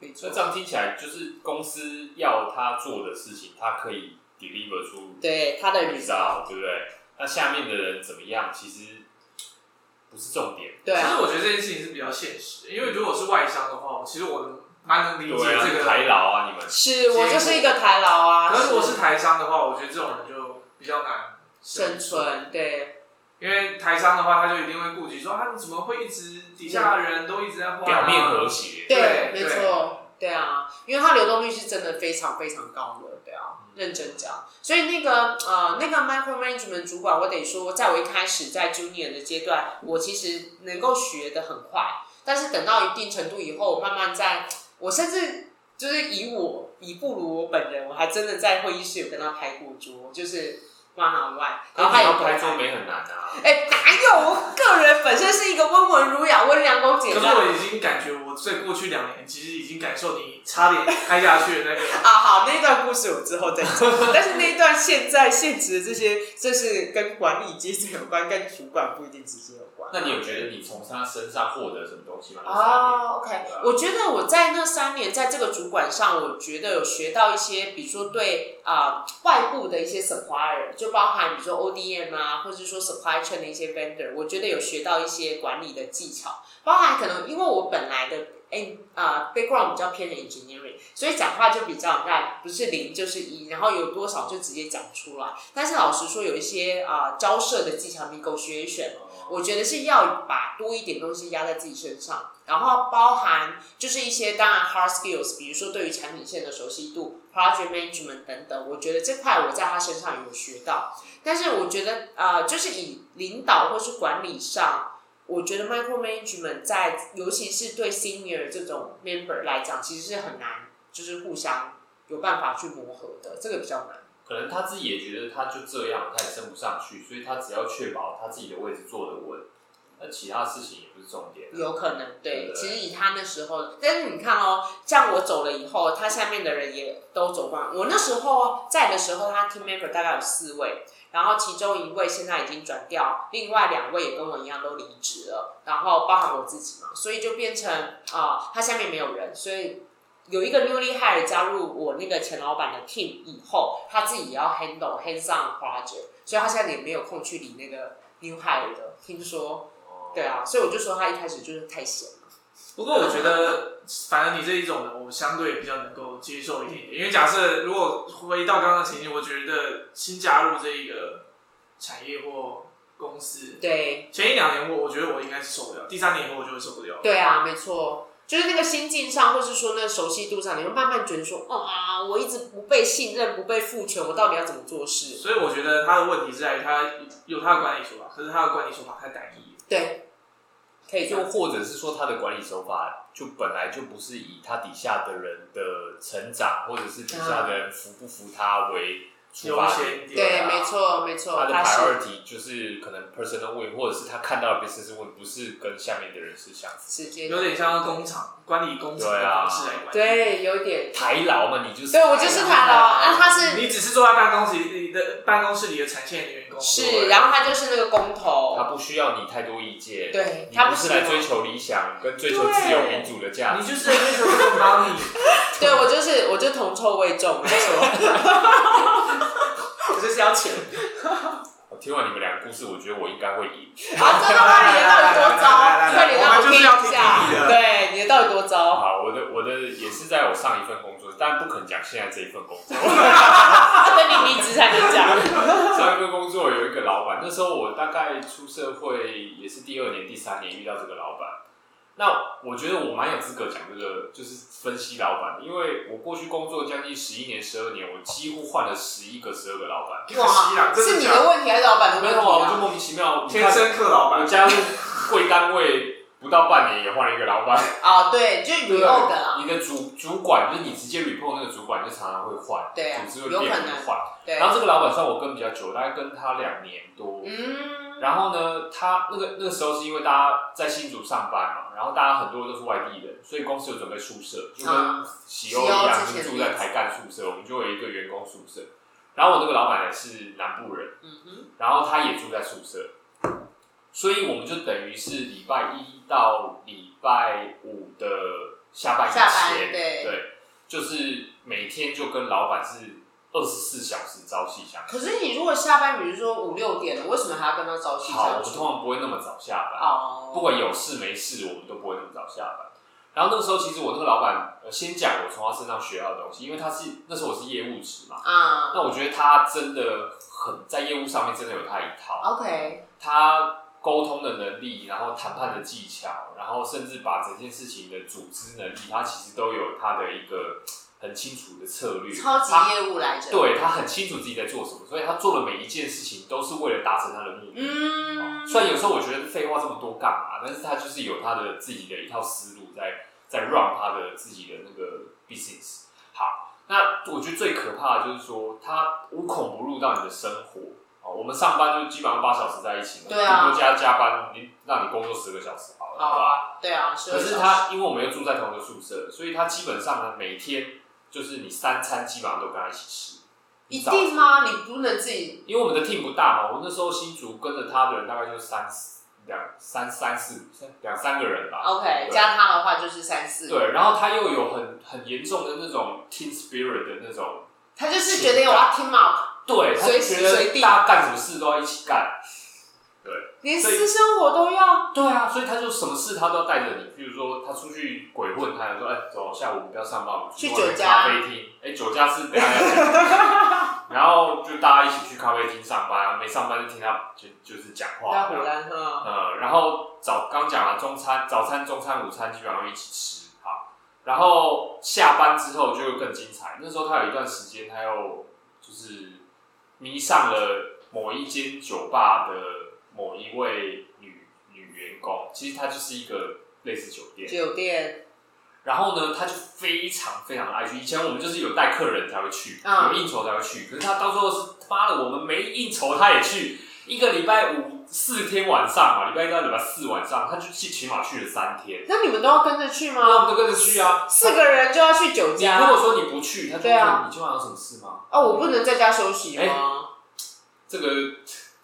Speaker 2: 没错
Speaker 3: 那这样听起来就是公司要他做的事情，他可以 deliver 出
Speaker 2: 对他的 result，
Speaker 3: result，对不对？那下面的人怎么样，其实不是重点。
Speaker 2: 对
Speaker 1: 其
Speaker 2: 啊
Speaker 1: 实，我觉得这件事情是比较现实的，因为如果是外商的话，其实我能蛮能理解
Speaker 3: 对啊，
Speaker 1: 这个。
Speaker 3: 台劳啊，你们
Speaker 2: 是我就是一个台劳啊，
Speaker 1: 可是如果是台商的话，我觉得这种人就比较难
Speaker 2: 生，存，对，
Speaker 1: 因为台商的话，他就一定会顾及说，他们怎么会一直底下的人都一直在换啊、
Speaker 3: 表面和谐，
Speaker 1: 对
Speaker 2: 没
Speaker 1: 对
Speaker 2: 错，对啊，因为它流动率是真的非常非常高的，对
Speaker 3: 嗯
Speaker 2: 啊，认真讲。所以那个呃，那个 micro management 主管，我得说，在我一开始在 junior 的阶段，我其实能够学的很快，但是等到一定程度以后，我慢慢在，我甚至就是以我以不如我本人，我还真的在会议室有跟他拍过桌，就是 one on one，然后他有
Speaker 3: 要拍
Speaker 2: 跟我
Speaker 3: 桌没很难啊。
Speaker 2: 哎、哪有？我个人本身是一个温文儒雅、温良恭俭
Speaker 1: 可
Speaker 2: 让
Speaker 1: 是。我已经感觉我在过去两年，其实已经感受你差点开下去的那个。
Speaker 2: 啊， [LAUGHS] 好，那一段故事我之后再讲。 [LAUGHS] 但是那一段现在现职的这些，这是跟管理阶层有关，跟主管不一定直接有关。
Speaker 3: 那你有觉得你从他身上获得什么东西吗？
Speaker 2: 哦、o k
Speaker 3: 对啊
Speaker 2: 我觉得我在那三年在这个主管上，我觉得有学到一些，比如说对啊、外部的一些 supplier，就包含比如说 ODM 啊，或者是说 supply chain 的一些 vendor，我觉得有学到一些管理的技巧，包含可能因为我本来的。哎啊、b a c k g r o u n d 比较偏 engineering，所以讲话就比较烂，不是零就是一，然后有多少就直接讲出来。但是老实说，有一些啊、交涉的技巧，negotiation，
Speaker 3: 我
Speaker 2: 我觉得是要把多一点东西压在自己身上，然后包含就是一些当然 hard skills，比如说对于产品线的熟悉度、project management 等等，我觉得这块我在他身上有学到。但是我觉得呃，就是以领导或是管理上，我觉得 micro management 在尤其是对 senior 这种 member 来讲，其实是很难，就是互相有办法去磨合的，这个比较难。
Speaker 3: 可能他自己也觉得他就这样，他也升不上去，所以他只要确保他自己的位置坐得稳，那其他事情也不是重点啊。
Speaker 2: 有可能，
Speaker 3: 对
Speaker 2: 对，
Speaker 3: 不对
Speaker 2: 其实以他那时候，但是你看哦，像我走了以后，他下面的人也都走光。我那时候在的时候，他 team member 大概有四位，然后其中一位现在已经转调，另外两位也跟我一样都离职了，然后包含我自己嘛，所以就变成啊、他下面没有人，所以有一个 newly hire 加入我那个前老板的 team 以后，他自己也要 handle hands on project，所以他现在也没有空去理那个 new hire 的，听说。
Speaker 3: 哦
Speaker 2: 对啊，所以我就说他一开始就是太闲了。
Speaker 1: 不过我觉得，反而你这一种的，我相对比较能够接受一点点。因为假设如果回到刚刚的情境，我觉得新加入这一个产业或公司，
Speaker 2: 对，
Speaker 1: 前一两年我我觉得我应该是受不了，第三年以后我就会受不了。
Speaker 2: 对啊，没错，就是那个心境上，或是说那个熟悉度上，你会慢慢觉得说，哦啊，我一直不被信任，不被赋权，我到底要怎么做事？
Speaker 1: 所以我觉得他的问题是在于他有他的管理手法，可是他的管理手法太单一了。
Speaker 2: 对，可以
Speaker 3: 又
Speaker 2: 做。
Speaker 3: 或者是说他的管理手法就本来就不是以他底下的人的成长，或者是底下的
Speaker 2: 嗯
Speaker 3: 人服不服他为出发点
Speaker 1: 优先。点
Speaker 2: 对，
Speaker 3: 啊
Speaker 2: 没。错，没错，
Speaker 3: 他的
Speaker 2: 他是
Speaker 3: priority 就是可能 personal win，或者是他看到的 business win 不是跟下面的人是相似。
Speaker 2: 直接
Speaker 1: 有点像工厂管理工厂
Speaker 3: 对
Speaker 1: 的
Speaker 3: 啊
Speaker 1: 方式来管理。
Speaker 2: 对，有点，
Speaker 3: 台劳嘛，你就是
Speaker 2: 对我就是他了。啊，他是
Speaker 1: 你只是坐在办公室里的办公室里的产线的员工，
Speaker 2: 是，然后他就是那个工
Speaker 3: 他
Speaker 2: 头，
Speaker 3: 不需要你太多意见，
Speaker 2: 对
Speaker 3: 你
Speaker 2: 他
Speaker 3: 不是来追
Speaker 2: 喜欢
Speaker 3: 求理想跟追求自由民主的价
Speaker 1: 你
Speaker 3: 值，
Speaker 1: 就是在追求这种帮你，
Speaker 2: 对我就是我就铜臭味重，没错，我就是要钱。
Speaker 3: 我听完你们两个故事，我觉得我应该会赢。
Speaker 2: 啊，真的吗？你的到底多糟？快点让听一下。对，你的到底多糟？
Speaker 3: 好，我的我的也是在我上一份工作，但不肯讲现在这一份工作。
Speaker 2: 啊，等你离职才能讲。
Speaker 3: 上一份工作有一个老板，那时候我大概出社会也是第二年、第三年遇到这个老板。那我觉得我蛮有资格讲这个，就是分析老板的，因为我过去工作将近十一年、十二年，我几乎换了十一个、十二个老板。
Speaker 1: 哇，
Speaker 2: 是你的问题还是老板的
Speaker 3: 没
Speaker 2: 问
Speaker 3: 有
Speaker 2: 题
Speaker 3: 啊， [LAUGHS] 我就
Speaker 2: 啊？
Speaker 3: 莫名其妙，你
Speaker 1: 天
Speaker 3: 看
Speaker 1: 生克老
Speaker 3: 我
Speaker 1: 板，
Speaker 3: 加入贵单位不到半年也换了一个老板。
Speaker 2: 啊，对，就是 remote 的啊啦。
Speaker 3: 你的主主管就是你直接 report 那个主管，就常常会换，
Speaker 2: 对啊
Speaker 3: 组织会
Speaker 2: 有
Speaker 3: 变
Speaker 2: 可能
Speaker 3: 会换。
Speaker 2: 对，
Speaker 3: 然后这个老板算我跟比较久，大概跟他两年多。
Speaker 2: 嗯，
Speaker 3: 然后呢，他那个那个时候是因为大家在新竹上班嘛，然后大家很多都是外地人，所以公司有准备宿舍，就跟
Speaker 2: 啊
Speaker 3: 喜欧一
Speaker 2: 喜欧
Speaker 3: 样，
Speaker 2: 之前
Speaker 3: 就是住在台干宿舍，我们就有一个员工宿舍。然后我那个老板也是南部人，
Speaker 2: 嗯哼，
Speaker 3: 然后他也住在宿舍，所以我们就等于是礼拜一到礼拜五的下班以
Speaker 2: 下班
Speaker 3: 前，
Speaker 2: 对。
Speaker 3: 就是每天就跟老板是二十四小时朝夕相处。
Speaker 2: 可是你如果下班，比如说五六点了，为什么还要跟他朝夕
Speaker 3: 好，我
Speaker 2: 相
Speaker 3: 们
Speaker 2: 处？
Speaker 3: 通常不会那么早下班，
Speaker 2: 哦，
Speaker 3: 不管有事没事，我们都不会那么早下班。然后那个时候，其实我那个老板，呃，先讲我从他身上学到的东西，因为他是那时候我是业务职嘛，
Speaker 2: 啊
Speaker 3: 那我觉得他真的很在业务上面真的有他一套。
Speaker 2: ，OK，
Speaker 3: 他沟通的能力，然后谈判的技巧，然后甚至把整件事情的组织能力，他其实都有他的一个很清楚的策略。
Speaker 2: 超级
Speaker 3: 他
Speaker 2: 业务来着。，
Speaker 3: 对他很清楚自己在做什么，所以他做的每一件事情都是为了达成他的目的。
Speaker 2: 嗯，
Speaker 3: 虽然有时候我觉得废话这么多干嘛，但是他就是有他的自己的一套思路在在 run 他的自己的那个 business。好，那我觉得最可怕的就是说他无孔不入到你的生活。哦，我们上班就基本上八小时在一起嘛，
Speaker 2: 对啊
Speaker 3: 顶多加加班，你让你工作十个小时好了，好
Speaker 1: 好
Speaker 3: 吧？
Speaker 1: 啊，
Speaker 2: 对啊，十
Speaker 3: 可
Speaker 2: 二
Speaker 3: 是
Speaker 2: 小时
Speaker 3: 他，因为我们又住在同一个宿舍，所以他基本上呢，每天就是你三餐基本上都跟他一起吃。
Speaker 2: 一定吗？你不能自己
Speaker 3: 因为我们的 team 不大嘛，我们那时候新竹跟着他的人大概就三四两三三四三两三个人吧。
Speaker 2: OK
Speaker 3: 对
Speaker 2: 加他的话就是三四，
Speaker 3: 对，然后他又有很很严重的那种 team spirit 的那种，
Speaker 2: 他就是觉得我要 team up，
Speaker 3: 对，他就
Speaker 2: 随时
Speaker 3: 觉得
Speaker 2: 随地
Speaker 3: 大家干什么事都要一起干。
Speaker 2: 连
Speaker 3: 所以
Speaker 2: 私生活都要。
Speaker 3: 对啊，所以他就什么事他都要带着你，比如说他出去鬼混，他就说：“哎、走，下午我们不要上班，我们
Speaker 2: 去
Speaker 3: 外面
Speaker 2: 酒家
Speaker 3: 咖啡厅。哎，酒家是等一下要讲。 [LAUGHS] 然后就大家一起去咖啡厅上班，没上班就听他就就是讲话。
Speaker 2: 要回来哈，
Speaker 3: 呃，然后早刚讲了中餐、早餐、中餐、午餐基本上一起吃好，然后下班之后就更精彩。那时候他有一段时间，他又就是迷上了某一间酒吧的某一位女女员工，其实她就是一个类似酒店。
Speaker 2: 酒店
Speaker 3: 然后呢，他就非常非常地爱去。以前我们就是有带客人才会去，
Speaker 2: 嗯
Speaker 3: 有应酬才会去。可是他到最后是妈的，我们没应酬他也去。一个礼拜五四天晚上嘛，礼拜一到礼拜四晚上，他就起起码去了三天。
Speaker 2: 那你们都要跟着去
Speaker 3: 那我
Speaker 2: 吗？
Speaker 3: 们都跟着去啊。
Speaker 2: 四个人就要去酒
Speaker 3: 你
Speaker 2: 家，
Speaker 3: 如果说你不去，他就
Speaker 2: 啊对啊
Speaker 3: 问你今晚有什么事吗？
Speaker 2: 哦，我不能在家休息
Speaker 3: 哎
Speaker 2: 吗？
Speaker 3: 这个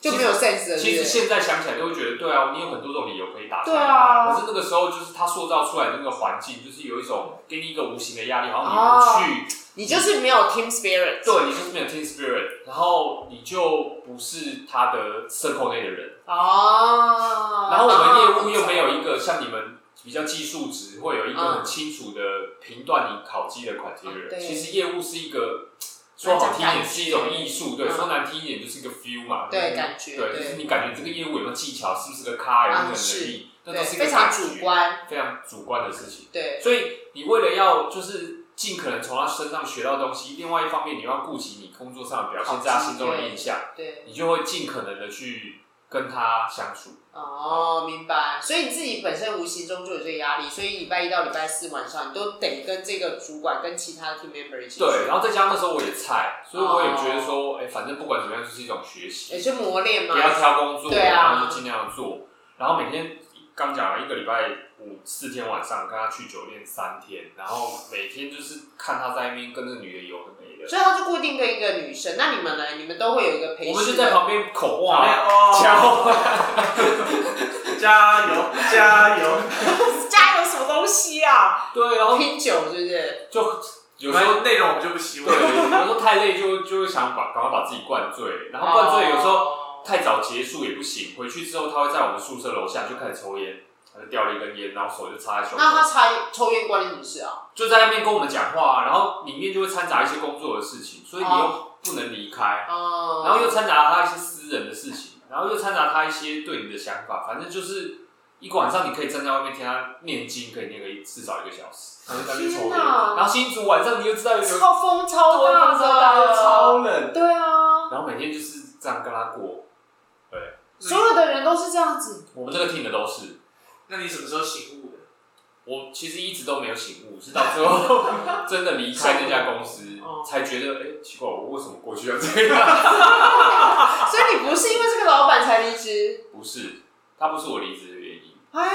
Speaker 2: 就没有 sense 了，
Speaker 3: 其实
Speaker 2: 是
Speaker 3: 现在想起来就会觉得，对啊，你有很多种理由可以打枪。
Speaker 2: 对啊
Speaker 3: 可是那个时候就是他塑造出来的那个环境，就是有一种给你一个无形的压力，好像
Speaker 2: 哦
Speaker 3: 你不去。
Speaker 2: 你就是没有 team spirit，
Speaker 3: 对，你就是没有 team spirit，然后你就不是他的 circle 内的人，
Speaker 2: 哦，
Speaker 3: 然后我们业务又没有一个像你们比较技术值，会有一个很清楚的评断你考绩的 criteria、
Speaker 2: 嗯啊对
Speaker 3: 其实业务是一个说好听一点是一种艺术，对，
Speaker 2: 嗯
Speaker 3: 说难听一点就是一个 feel 嘛，
Speaker 2: 对
Speaker 3: 就是
Speaker 2: 感觉
Speaker 3: 对，
Speaker 2: 对
Speaker 3: 就是你感觉这个业务有没有技巧，是不是个咖，有没有
Speaker 2: 嗯
Speaker 3: 能
Speaker 2: 是
Speaker 3: 力，那
Speaker 2: 对
Speaker 3: 都是一个
Speaker 2: 非常
Speaker 3: 感觉
Speaker 2: 主，观，
Speaker 3: 非常主观的事情。
Speaker 2: 对
Speaker 3: 所以你为了要就是尽可能从他身上学到东西，另外一方面你要顾及你工作上的表现，在他心中的印象，
Speaker 2: 对
Speaker 3: 你就会尽可能的去跟他相处。
Speaker 2: 哦，明白。所以你自己本身无形中就有这个压力，所以礼拜一到礼拜四晚上你都得跟这个主管跟其他的 team member 一起去，
Speaker 3: 对，然后再加上那时候我也菜，所以我也觉得
Speaker 2: 哦
Speaker 3: 说，哎、反正不管怎么样就是一种学
Speaker 2: 也
Speaker 3: 习，
Speaker 2: 就磨练嘛
Speaker 3: 不，要挑工作，
Speaker 2: 哎对啊
Speaker 3: 然后就尽量做，然后每天刚讲了一个礼拜五四天晚上跟他去酒店三天，然后每天就是看他在那边跟那个女的有的没的，
Speaker 2: 所以他就固定跟一个女生。那你们呢？你们都会有一个陪
Speaker 3: 我们就
Speaker 2: 侍
Speaker 3: 在
Speaker 2: 的，
Speaker 3: 旁边口啊
Speaker 1: 好嘞
Speaker 3: 哇。
Speaker 1: 哦，
Speaker 3: 敲
Speaker 1: 加油加油！
Speaker 2: 家有什么东西啊？
Speaker 3: 对，然后
Speaker 2: 拼酒是不是？
Speaker 3: 就有时
Speaker 1: 反
Speaker 3: 候
Speaker 1: 正内容我们就不希
Speaker 3: 对，
Speaker 1: 望。
Speaker 3: 有时候太累就就会想把赶快把自己灌醉，然后灌醉有时候
Speaker 2: 候
Speaker 3: 太早结束也不行，回去之后他会在我们宿舍楼下就开始抽烟，他就掉了一根烟，然后手就插在胸
Speaker 2: 那他
Speaker 3: 口，
Speaker 2: 猜抽烟关你什么事啊？
Speaker 3: 就在那边跟我们讲话，然后里面就会掺杂一些工作的事情，所以你又不能离开，
Speaker 2: 哦、
Speaker 3: 嗯然后又掺杂他一些私人的事情，然后又掺杂他一些对你的想法，反正就是。一个晚上你可以站在外面听他念经，可以念个一至少一个小时，然后就在那边抽
Speaker 2: 天
Speaker 3: 烟。
Speaker 2: 哪
Speaker 3: 然后新竹晚上你又知道有个
Speaker 2: 超风超大的，
Speaker 3: 超冷，
Speaker 2: 对啊，
Speaker 3: 然后每天就是这样跟他过。
Speaker 2: 所有的人都是这样子，
Speaker 3: 我们这个 team 的都是，
Speaker 1: 那你什么时候醒悟的？
Speaker 3: 我其实一直都没有醒悟，是到
Speaker 2: [LAUGHS]
Speaker 3: 最后真的离开那家公司
Speaker 1: 哦，
Speaker 3: 才觉得，哎、奇怪，我为什么过去要这样？嗯
Speaker 2: 所以你不是因为这个老板才离职，
Speaker 3: 不是，他不是我离职的原因。
Speaker 2: 哎，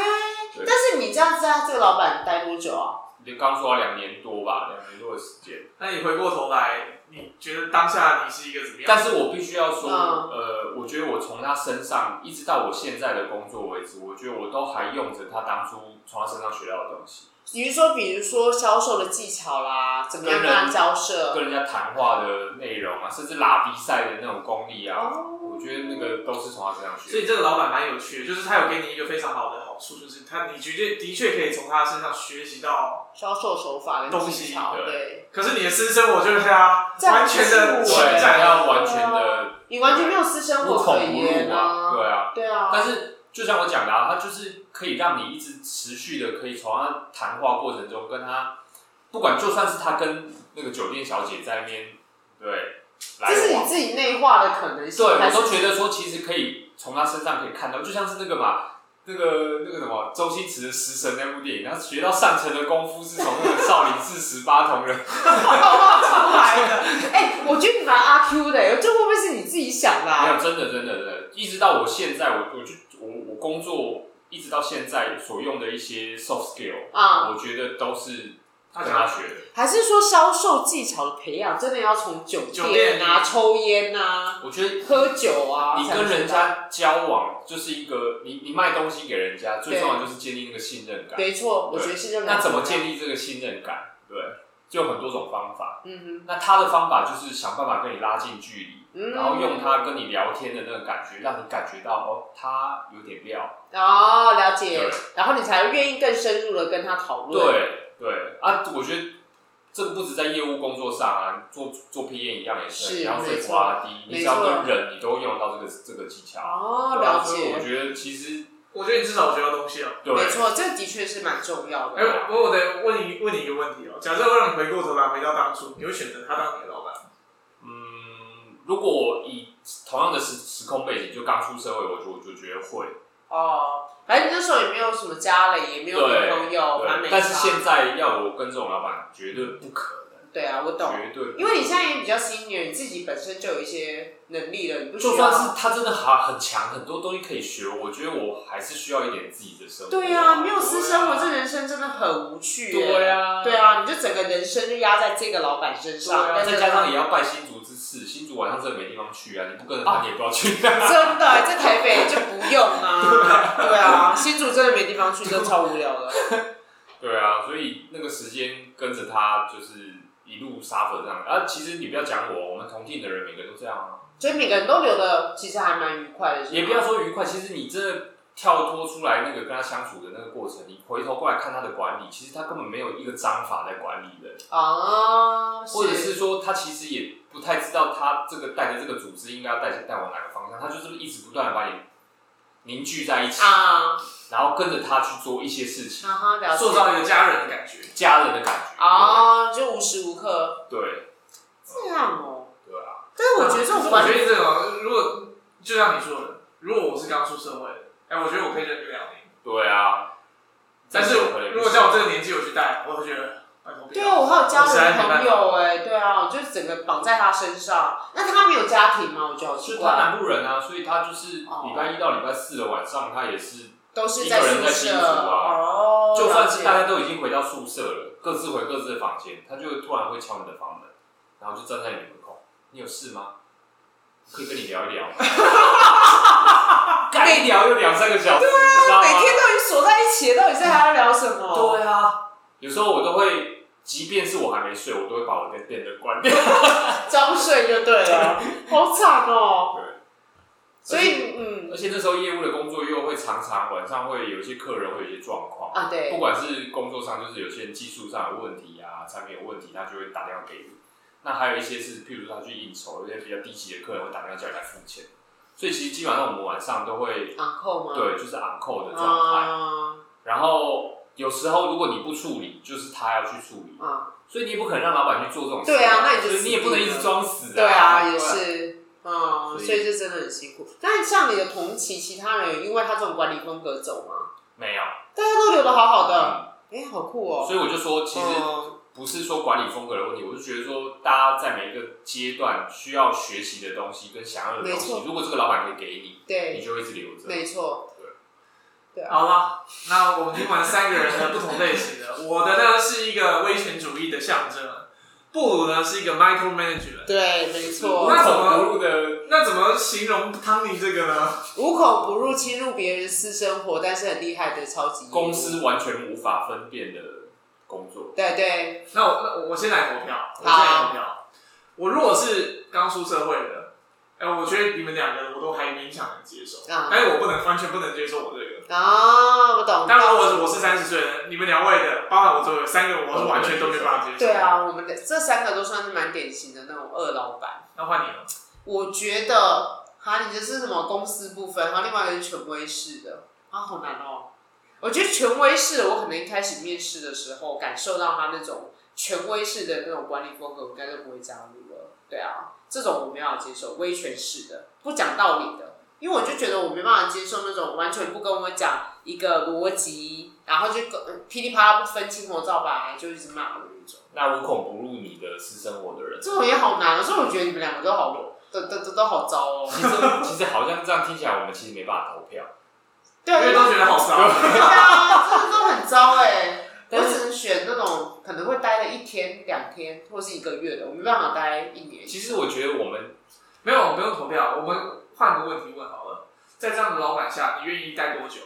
Speaker 3: 对
Speaker 2: 但是你这样子在这个老板待多久啊？
Speaker 3: 你刚说了两年多吧，两年多的时
Speaker 2: 嗯
Speaker 3: 间。
Speaker 1: 那你回过头来，你觉得当下你是一个怎么样？
Speaker 3: 但是我必须要说，
Speaker 2: 嗯
Speaker 3: 呃，我觉得我从他身上一直到我现在的工作为止，我觉得我都还用着他当初从他身上学到的东西，
Speaker 2: 你是说，比如说销售的技巧啦，怎么样
Speaker 3: 跟
Speaker 2: 跟
Speaker 3: 人
Speaker 2: 他交涉？
Speaker 3: 跟人家谈话的内容啊，甚至拉比赛的那种功力啊，
Speaker 2: 哦
Speaker 3: 我觉得那个都是从他身上
Speaker 1: 所
Speaker 3: 学的。
Speaker 1: 以这个老板蛮有趣的，就是他有给你一个非常好的好处，就是他你绝对的确可以从他身上学习到，
Speaker 2: 销售手法跟技巧，
Speaker 3: 东西
Speaker 2: 对，
Speaker 1: 可是你的私生活就是他完全的
Speaker 2: 对
Speaker 1: 侵
Speaker 3: 对，
Speaker 1: 占
Speaker 3: 要完全的
Speaker 2: 你完全没有私生
Speaker 3: 无
Speaker 2: 活可
Speaker 3: 孔不
Speaker 2: 言
Speaker 3: 入啊，对啊。
Speaker 2: 对啊，
Speaker 3: 但是就像我讲的、啊，它就是可以让你一直持续的可以从他谈话过程中跟他，不管就算是他跟那个酒店小姐在那边对来
Speaker 2: 这是
Speaker 3: 往
Speaker 2: 你，自己内化的可能性。
Speaker 3: 对
Speaker 2: 还
Speaker 3: 我
Speaker 2: 是
Speaker 3: 都觉得说其实可以从他身上可以看到，就像是那个嘛。那个那个什么，周星驰的《食神》那部电影，他学到上层的功夫是从那个少林寺十八铜人
Speaker 2: 出来的。哎、我觉得你蛮阿 Q 的、这会不会是你自己想的、
Speaker 3: 没
Speaker 2: 啊？
Speaker 3: 有，真的真的真的，一直到我现在，我我就我我工作一直到现在所用的一些 soft skill，、
Speaker 2: 啊，
Speaker 3: 我觉得都是
Speaker 1: 大
Speaker 3: 跟
Speaker 1: 家
Speaker 3: 他学的。
Speaker 2: 还是说销售技巧的培养，真的要从酒
Speaker 1: 酒
Speaker 2: 店
Speaker 1: 店
Speaker 2: 啊、抽烟啊、
Speaker 3: 我觉得
Speaker 2: 喝酒啊，
Speaker 3: 你跟人家交往就是一个，你你卖东西给人家，最重要就是建立那个信任感。
Speaker 2: 没错，我
Speaker 3: 对
Speaker 2: 觉得是这样。
Speaker 3: 那怎么建？立这个信任感？对，就有很多种方法。
Speaker 2: 嗯
Speaker 3: 那他的方法就是想办法跟你拉近距离。
Speaker 2: 哼，
Speaker 3: 然后用他跟你聊天的那个感觉，让你感觉到哦，他有点料，
Speaker 2: 嗯哦，了解
Speaker 3: 对，
Speaker 2: 然后你才愿意更深入的跟他讨论。，
Speaker 3: 对对啊，我觉得这个不止在业务工作上啊，做做 PM 一样也
Speaker 2: 是
Speaker 3: 是，你要
Speaker 2: 没
Speaker 3: 最
Speaker 2: 错
Speaker 3: 滑低，啊你
Speaker 2: 没
Speaker 3: 只要
Speaker 2: 错
Speaker 3: 跟人，你都用到这个这个技巧。
Speaker 2: 哦，
Speaker 3: 对啊
Speaker 2: 了
Speaker 3: 所以我
Speaker 2: 解，
Speaker 3: 觉得其实
Speaker 1: 我觉得你至少学到东西了。
Speaker 3: 对
Speaker 2: 没错，这的确是蛮重要
Speaker 1: 哎、
Speaker 2: 的。
Speaker 1: 我我得问你问你一个问题哦、假设会让你回过头来回到当初，你会选择他当你的老板吗？
Speaker 3: 嗯，如果我以同样的时时空背景，就刚出社会，我就我就觉得会，
Speaker 2: 哦，反正那时候也没有什么家人，也没有女朋友，蛮没差。
Speaker 3: 对。但是现在要我跟这种老板，绝对不可能，
Speaker 2: 对啊，我懂。
Speaker 3: 绝对不可能。
Speaker 2: 因为你现在也比较 senior，你自己本身就有一些能力了，你不需要
Speaker 3: 就算是他真的很很强，很多东西可以学，我觉得我还是需要一点自己的生活。
Speaker 2: 对啊，没有私生活，
Speaker 3: 对啊
Speaker 2: 这人生真的很无趣。
Speaker 3: 对
Speaker 2: 啊，
Speaker 3: 啊，
Speaker 2: 对啊，你就整个人生就压在这个老板身
Speaker 3: 对
Speaker 2: 上，
Speaker 3: 啊，
Speaker 2: 但是
Speaker 3: 再加上也要拜新竹之赐，新竹晚上真的没地方去啊，你不跟着他，你也不知道去 [LAUGHS] 哪。
Speaker 2: 真的在台北就不用
Speaker 3: [LAUGHS]
Speaker 2: 啊，对啊，新竹真的没地方去，真的超无聊的。
Speaker 3: 对啊，所以那个时间跟着他就是一路杀粉上来。啊，其实你不要讲我，我们同进的人每个都这样啊，
Speaker 2: 所以每个人都留的其实还蛮愉快的，是吗
Speaker 3: 也不要说愉快，其实你真的。跳脱出来那个跟他相处的那个过程，你回头过来看他的管理，其实他根本没有一个章法在管理的，
Speaker 2: 啊，
Speaker 3: 或者是说他其实也不太知道他这个带着这个组织应该要带带往哪个方向，他就是一直不断的把你凝聚在一起，
Speaker 2: 啊，
Speaker 3: 然后跟着他去做一些事情，
Speaker 2: 哈哈，了解
Speaker 1: 塑造一个家人的感觉。
Speaker 3: 家人的感觉。
Speaker 1: 哦
Speaker 2: 啊，就无时无刻
Speaker 3: 对，
Speaker 2: 这样哦。
Speaker 3: 对啊，
Speaker 2: 但是我觉得这种
Speaker 1: 嗯我
Speaker 2: 管
Speaker 1: 觉得这种，如果就像你说的，如果我是刚出社会的，哎、我觉得我可以忍个两年。
Speaker 3: 对啊。
Speaker 1: 但是
Speaker 3: 这个可能不
Speaker 1: 如果在我这个年纪我去带，我会觉得拜托不
Speaker 2: 对
Speaker 1: 要
Speaker 2: 啊，我还有家
Speaker 1: 我实在
Speaker 2: 人
Speaker 1: 没办法
Speaker 2: 朋友哎、对啊，我就整个绑在他身上。那他没有家庭吗？我觉得好奇
Speaker 3: 是他
Speaker 2: 怪，
Speaker 3: 南部人啊，所以他就是
Speaker 1: 哦
Speaker 3: 礼拜一到礼拜四的晚上，他也是，
Speaker 2: 都是
Speaker 3: 一个人
Speaker 2: 宿
Speaker 3: 在新
Speaker 2: 舍
Speaker 3: 竹啊
Speaker 2: 哦。
Speaker 3: 就算是大
Speaker 2: 了解
Speaker 3: 家都已经回到宿舍了，各自回各自的房间，他就会突然会敲你的房门，然后就站在你门口，你有事吗？可以跟你聊一
Speaker 1: [LAUGHS]
Speaker 3: 聊吗。该聊又两三个小时，你知
Speaker 1: 啊
Speaker 3: 道吗
Speaker 2: 每天都已经锁在一起了，到底是还要聊什
Speaker 1: 哦
Speaker 2: 么？
Speaker 3: 对啊，有时候我都会，即便是我还没睡，我都会把我的电灯关掉。
Speaker 2: 装睡就对了，好惨哦、
Speaker 3: 啊对
Speaker 2: 所以嗯
Speaker 3: 而且那时候业务的工作又会常常晚上会有一些客人会有一些状况，
Speaker 2: 啊
Speaker 3: 不
Speaker 2: 对，
Speaker 3: 管是工作上就是有些人技术上有问题啊，产品有问题，他就会打电话给你。那还有一些是，譬如说他去应酬，有些比较低级的客人会打电话叫你来付钱。所以其实基本上我们晚上都会
Speaker 2: 昂扣吗？
Speaker 3: 对，就是 on call 的状态。
Speaker 2: 啊
Speaker 3: 然后有时候如果你不处理，就是他要去处理。
Speaker 2: 啊，
Speaker 3: 所以你也不可能让老板去做这种事、
Speaker 2: 对啊那你就
Speaker 3: 所以你也不能一直装死、
Speaker 2: 对啊，也
Speaker 3: 对啊。
Speaker 2: 是。嗯，
Speaker 3: 所以
Speaker 2: 所以这真的很辛苦。但像你的同期，其他人有因为他这种管理风格走吗？
Speaker 3: 没有。
Speaker 2: 大家都留的好好的，
Speaker 3: 嗯
Speaker 2: 哎、好酷哦、
Speaker 3: 所以我就说，其实
Speaker 2: 嗯
Speaker 3: 不是说管理风格的问题，我是觉得说，大家在每一个阶段需要学习的东西跟想要的东
Speaker 2: 没
Speaker 3: 西
Speaker 2: 错，
Speaker 3: 如果这个老板可以给你，你
Speaker 2: 对，
Speaker 3: 就会一直留着。
Speaker 2: 没错，
Speaker 1: 好了，那我们听完三个人的不同类型的，我的呢是一个威权主义的象征，布鲁呢是一个 micro management。
Speaker 2: 对，没
Speaker 3: 无
Speaker 2: 错
Speaker 1: 那，
Speaker 3: 孔不入的，
Speaker 1: 那怎么形容汤尼这个呢？
Speaker 2: 无孔不入，侵入别人私生活，但是很厉害的超级业务
Speaker 3: 公，司完全无法分辨的工作。
Speaker 2: 对对，
Speaker 1: 那我那我我先来投票，我先来投票。我如果是刚出社会的，哎、我觉得你们两个我都还勉强能接受，
Speaker 2: 啊
Speaker 1: 但是我不能完全不能接受我这个。
Speaker 2: 啊，我懂，
Speaker 1: 当然，我是我是三十岁的，你们两位的，包含我周围有三个，我是完全都没办法接受。
Speaker 2: 对，啊，我们的这三个都算是蛮典型的那种二老板。
Speaker 1: 那换你了。
Speaker 2: 我觉得哈，你这是什么公司部分？然后另外一个是权威式的，啊，好难哦。我觉得权威式的，我可能一开始面试的时候感受到他那种权威式的那种管理风格，我应该就不会加入了。对啊，这种我没办法接受，威权式的，不讲道理的，因为我就觉得我没办法接受那种完全不跟我讲一个逻辑，然后就跟呃噼里啪啦不分青红皂白就一直骂我那种。
Speaker 3: 那无孔不入你的私生活的人，
Speaker 2: 这种也好难哦，所以我觉得你们两个都好，都都都都好糟哦。
Speaker 3: 其实其实好像这样听起来，我们其实没办法投票。
Speaker 2: 对啊，
Speaker 1: 因为都觉得好糟。
Speaker 2: 对 [LAUGHS] 啊，真的都很糟哎、我
Speaker 3: 但是
Speaker 2: 只能选那种可能会待了一天、两天或是一个月的，我没办法待一年。
Speaker 3: 其实我觉得我们
Speaker 1: [LAUGHS] 没有，我们不用投票，我们换个问题问好了。在这样的老板下，你愿意待多久？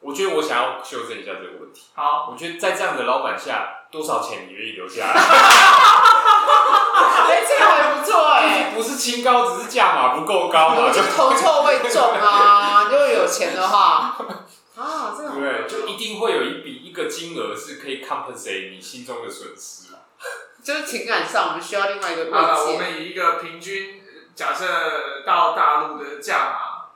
Speaker 3: 我觉得我想要修正一下这个问题。
Speaker 1: 好，
Speaker 3: 我觉得在这样的老板下，多少钱你愿意留下来？
Speaker 2: [LAUGHS]
Speaker 3: [LAUGHS]
Speaker 2: 哎、这个还不错 [LAUGHS] 哎、
Speaker 3: 不是清高，只是价码不够
Speaker 2: [LAUGHS]
Speaker 3: 高嘛，
Speaker 2: 我就
Speaker 3: 就
Speaker 2: 头臭味重 [LAUGHS] 啊，如果有钱的 [LAUGHS] 话啊，这个好
Speaker 3: 对，就一定会有一笔一个金额是可以 compensate 你心中的损失嘛。
Speaker 2: 就是情感上我们需要另外一个慰
Speaker 1: 好了，我
Speaker 2: 藉。
Speaker 1: 们以一个平均呃假设到大陆的价码，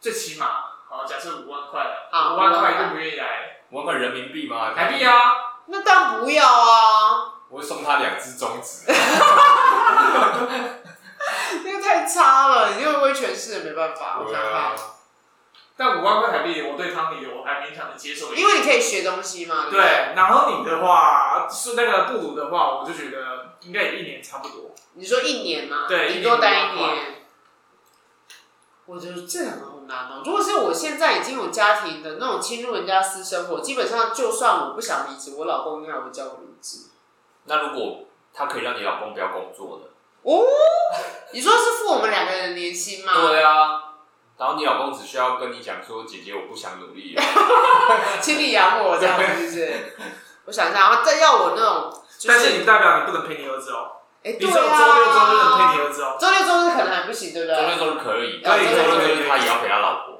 Speaker 1: 最起码好，假设五万块了，
Speaker 2: 啊
Speaker 1: 五万
Speaker 2: 5万
Speaker 1: 块
Speaker 2: 块
Speaker 1: 愿不愿意来？
Speaker 3: 五万块人民币吗？
Speaker 1: 台币！啊，
Speaker 2: 那当然不要啊， [LAUGHS]
Speaker 3: 我会送他两只中 [LAUGHS] 指。
Speaker 2: 那个太差了，因为威权式的没办法，我
Speaker 3: 对
Speaker 2: 想
Speaker 3: 啊
Speaker 2: 看，，
Speaker 1: 但五万块台币，我对汤米的我还勉强能接受一点。
Speaker 2: 因为你可以学东西嘛，对不
Speaker 1: 对
Speaker 2: 对？，
Speaker 1: 然后你的话是那个布鲁的话，我就觉得应该也一年差不多。
Speaker 2: 你说一年吗？
Speaker 1: 对
Speaker 2: 顶多待
Speaker 1: 一
Speaker 2: 一
Speaker 1: 年
Speaker 2: 年。我觉得这两个好难哦。如果是我现在已经有家庭的那种侵入人家私生活，基本上就算我不想离职，我老公应该也会叫我离
Speaker 1: [LAUGHS]
Speaker 2: 职。
Speaker 3: 那如果他可以让你老公不要工作的，
Speaker 2: 哦，你说是付我们两个人的年薪吗？
Speaker 3: 对啊，然后你老公只需要跟你讲说：“姐姐，我不想努力了。
Speaker 2: 请你养我这样子是不是？我想一下，然后再要我那种，就
Speaker 1: 但是你不代表你不能陪你儿子哦，
Speaker 2: 哎，
Speaker 1: 你
Speaker 2: 对
Speaker 1: 这
Speaker 2: 啊，
Speaker 1: 种周六周日能陪你儿子哦。
Speaker 2: 周六周日可能还不行，对不”对？
Speaker 3: 周六周日可以，
Speaker 2: 可以
Speaker 3: 但是周六
Speaker 1: 可以可
Speaker 3: 周日
Speaker 1: 以
Speaker 3: 他也要陪他老婆。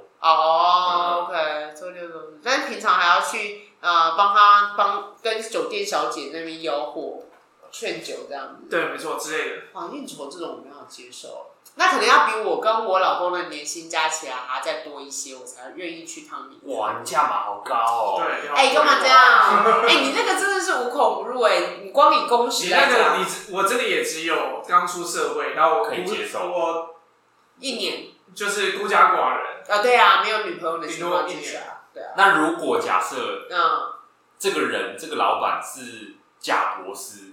Speaker 2: 哦，OK，周六周日，但是平常还要去呃帮他帮跟酒店小姐那边吆喝、劝酒这样子。
Speaker 1: 对，没错之类的。
Speaker 2: 哇，应酬这种我没有接受，那可能要比我跟我老公的年薪加起来还要再多一些，我才愿意去汤米。
Speaker 3: 哇，你价码好高哦！
Speaker 1: 对，
Speaker 2: 哎、干嘛这？样？哎、你那个真的是无孔不入哎、你光你工
Speaker 1: 你
Speaker 2: 时
Speaker 1: 那
Speaker 2: 来
Speaker 1: 个
Speaker 2: 讲，
Speaker 1: 你只我这里也只有刚出社会，然后我
Speaker 3: 可以
Speaker 1: 孤
Speaker 3: 接受
Speaker 1: 我
Speaker 2: 一年
Speaker 1: 就是孤家寡人，
Speaker 2: 啊、对啊，没有女朋友的
Speaker 1: 顶
Speaker 2: 情
Speaker 1: 多
Speaker 2: 况
Speaker 1: 一
Speaker 2: 之
Speaker 1: 年
Speaker 2: 下，对啊，
Speaker 3: 那如果假设
Speaker 2: 嗯，
Speaker 3: 这个人这个老板是贾博士，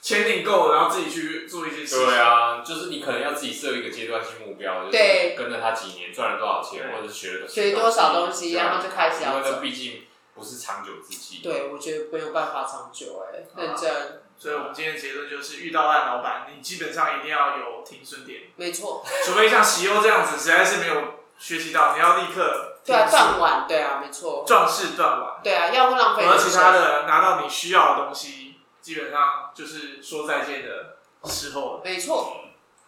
Speaker 1: 钱领够了，然后自己去做一些事情。
Speaker 3: 对啊，就是你可能要自己设一个阶段性目标，就是
Speaker 2: 对
Speaker 3: 跟着他几年赚了多少钱，
Speaker 1: 对
Speaker 3: 或者是学了
Speaker 2: 学多少东西
Speaker 3: 对啊
Speaker 2: 然后就开始要
Speaker 3: 因为那
Speaker 2: 走
Speaker 3: 毕竟不是长久之计。
Speaker 2: 对，我觉得没有办法长久哎、认真，
Speaker 1: 所以我们今天的结论就是，遇到烂老板，你基本上一定要有停损点，
Speaker 2: 没错，
Speaker 1: 除非像喜优这样子，实在是没有学习到，你要立刻
Speaker 2: 对啊，
Speaker 1: 停止
Speaker 2: 断腕，对啊，没错，
Speaker 1: 壮士断腕。
Speaker 2: 对啊，要不浪费
Speaker 1: 而
Speaker 2: 人
Speaker 1: 其他
Speaker 2: 生。
Speaker 1: 的拿到你需要的东西，基本上就是说再见的时候了。
Speaker 2: 没错，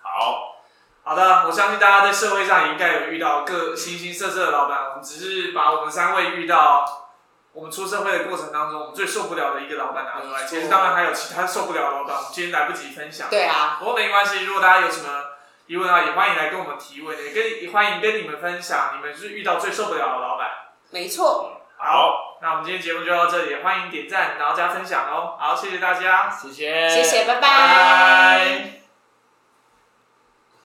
Speaker 3: 好，
Speaker 1: 好的，我相信大家在社会上也应该有遇到各形形色色的老板，我们只是把我们三位遇到我们出社会的过程当中，我们最受不了的一个老板拿出来。
Speaker 2: 没错
Speaker 1: 其实当然还有其他受不了的老板，我们今天来不及分享。
Speaker 2: 对啊，
Speaker 1: 不过没关系，如果大家有什么疑问啊，也欢迎来跟我们提问，也跟也欢迎跟你们分享你们是遇到最受不了的老板。
Speaker 2: 没错，
Speaker 1: 好，那我们今天节目就到这里，欢迎点赞，然后加分享哦。好，谢谢大家。
Speaker 3: 谢谢，
Speaker 2: 谢谢，拜
Speaker 1: 拜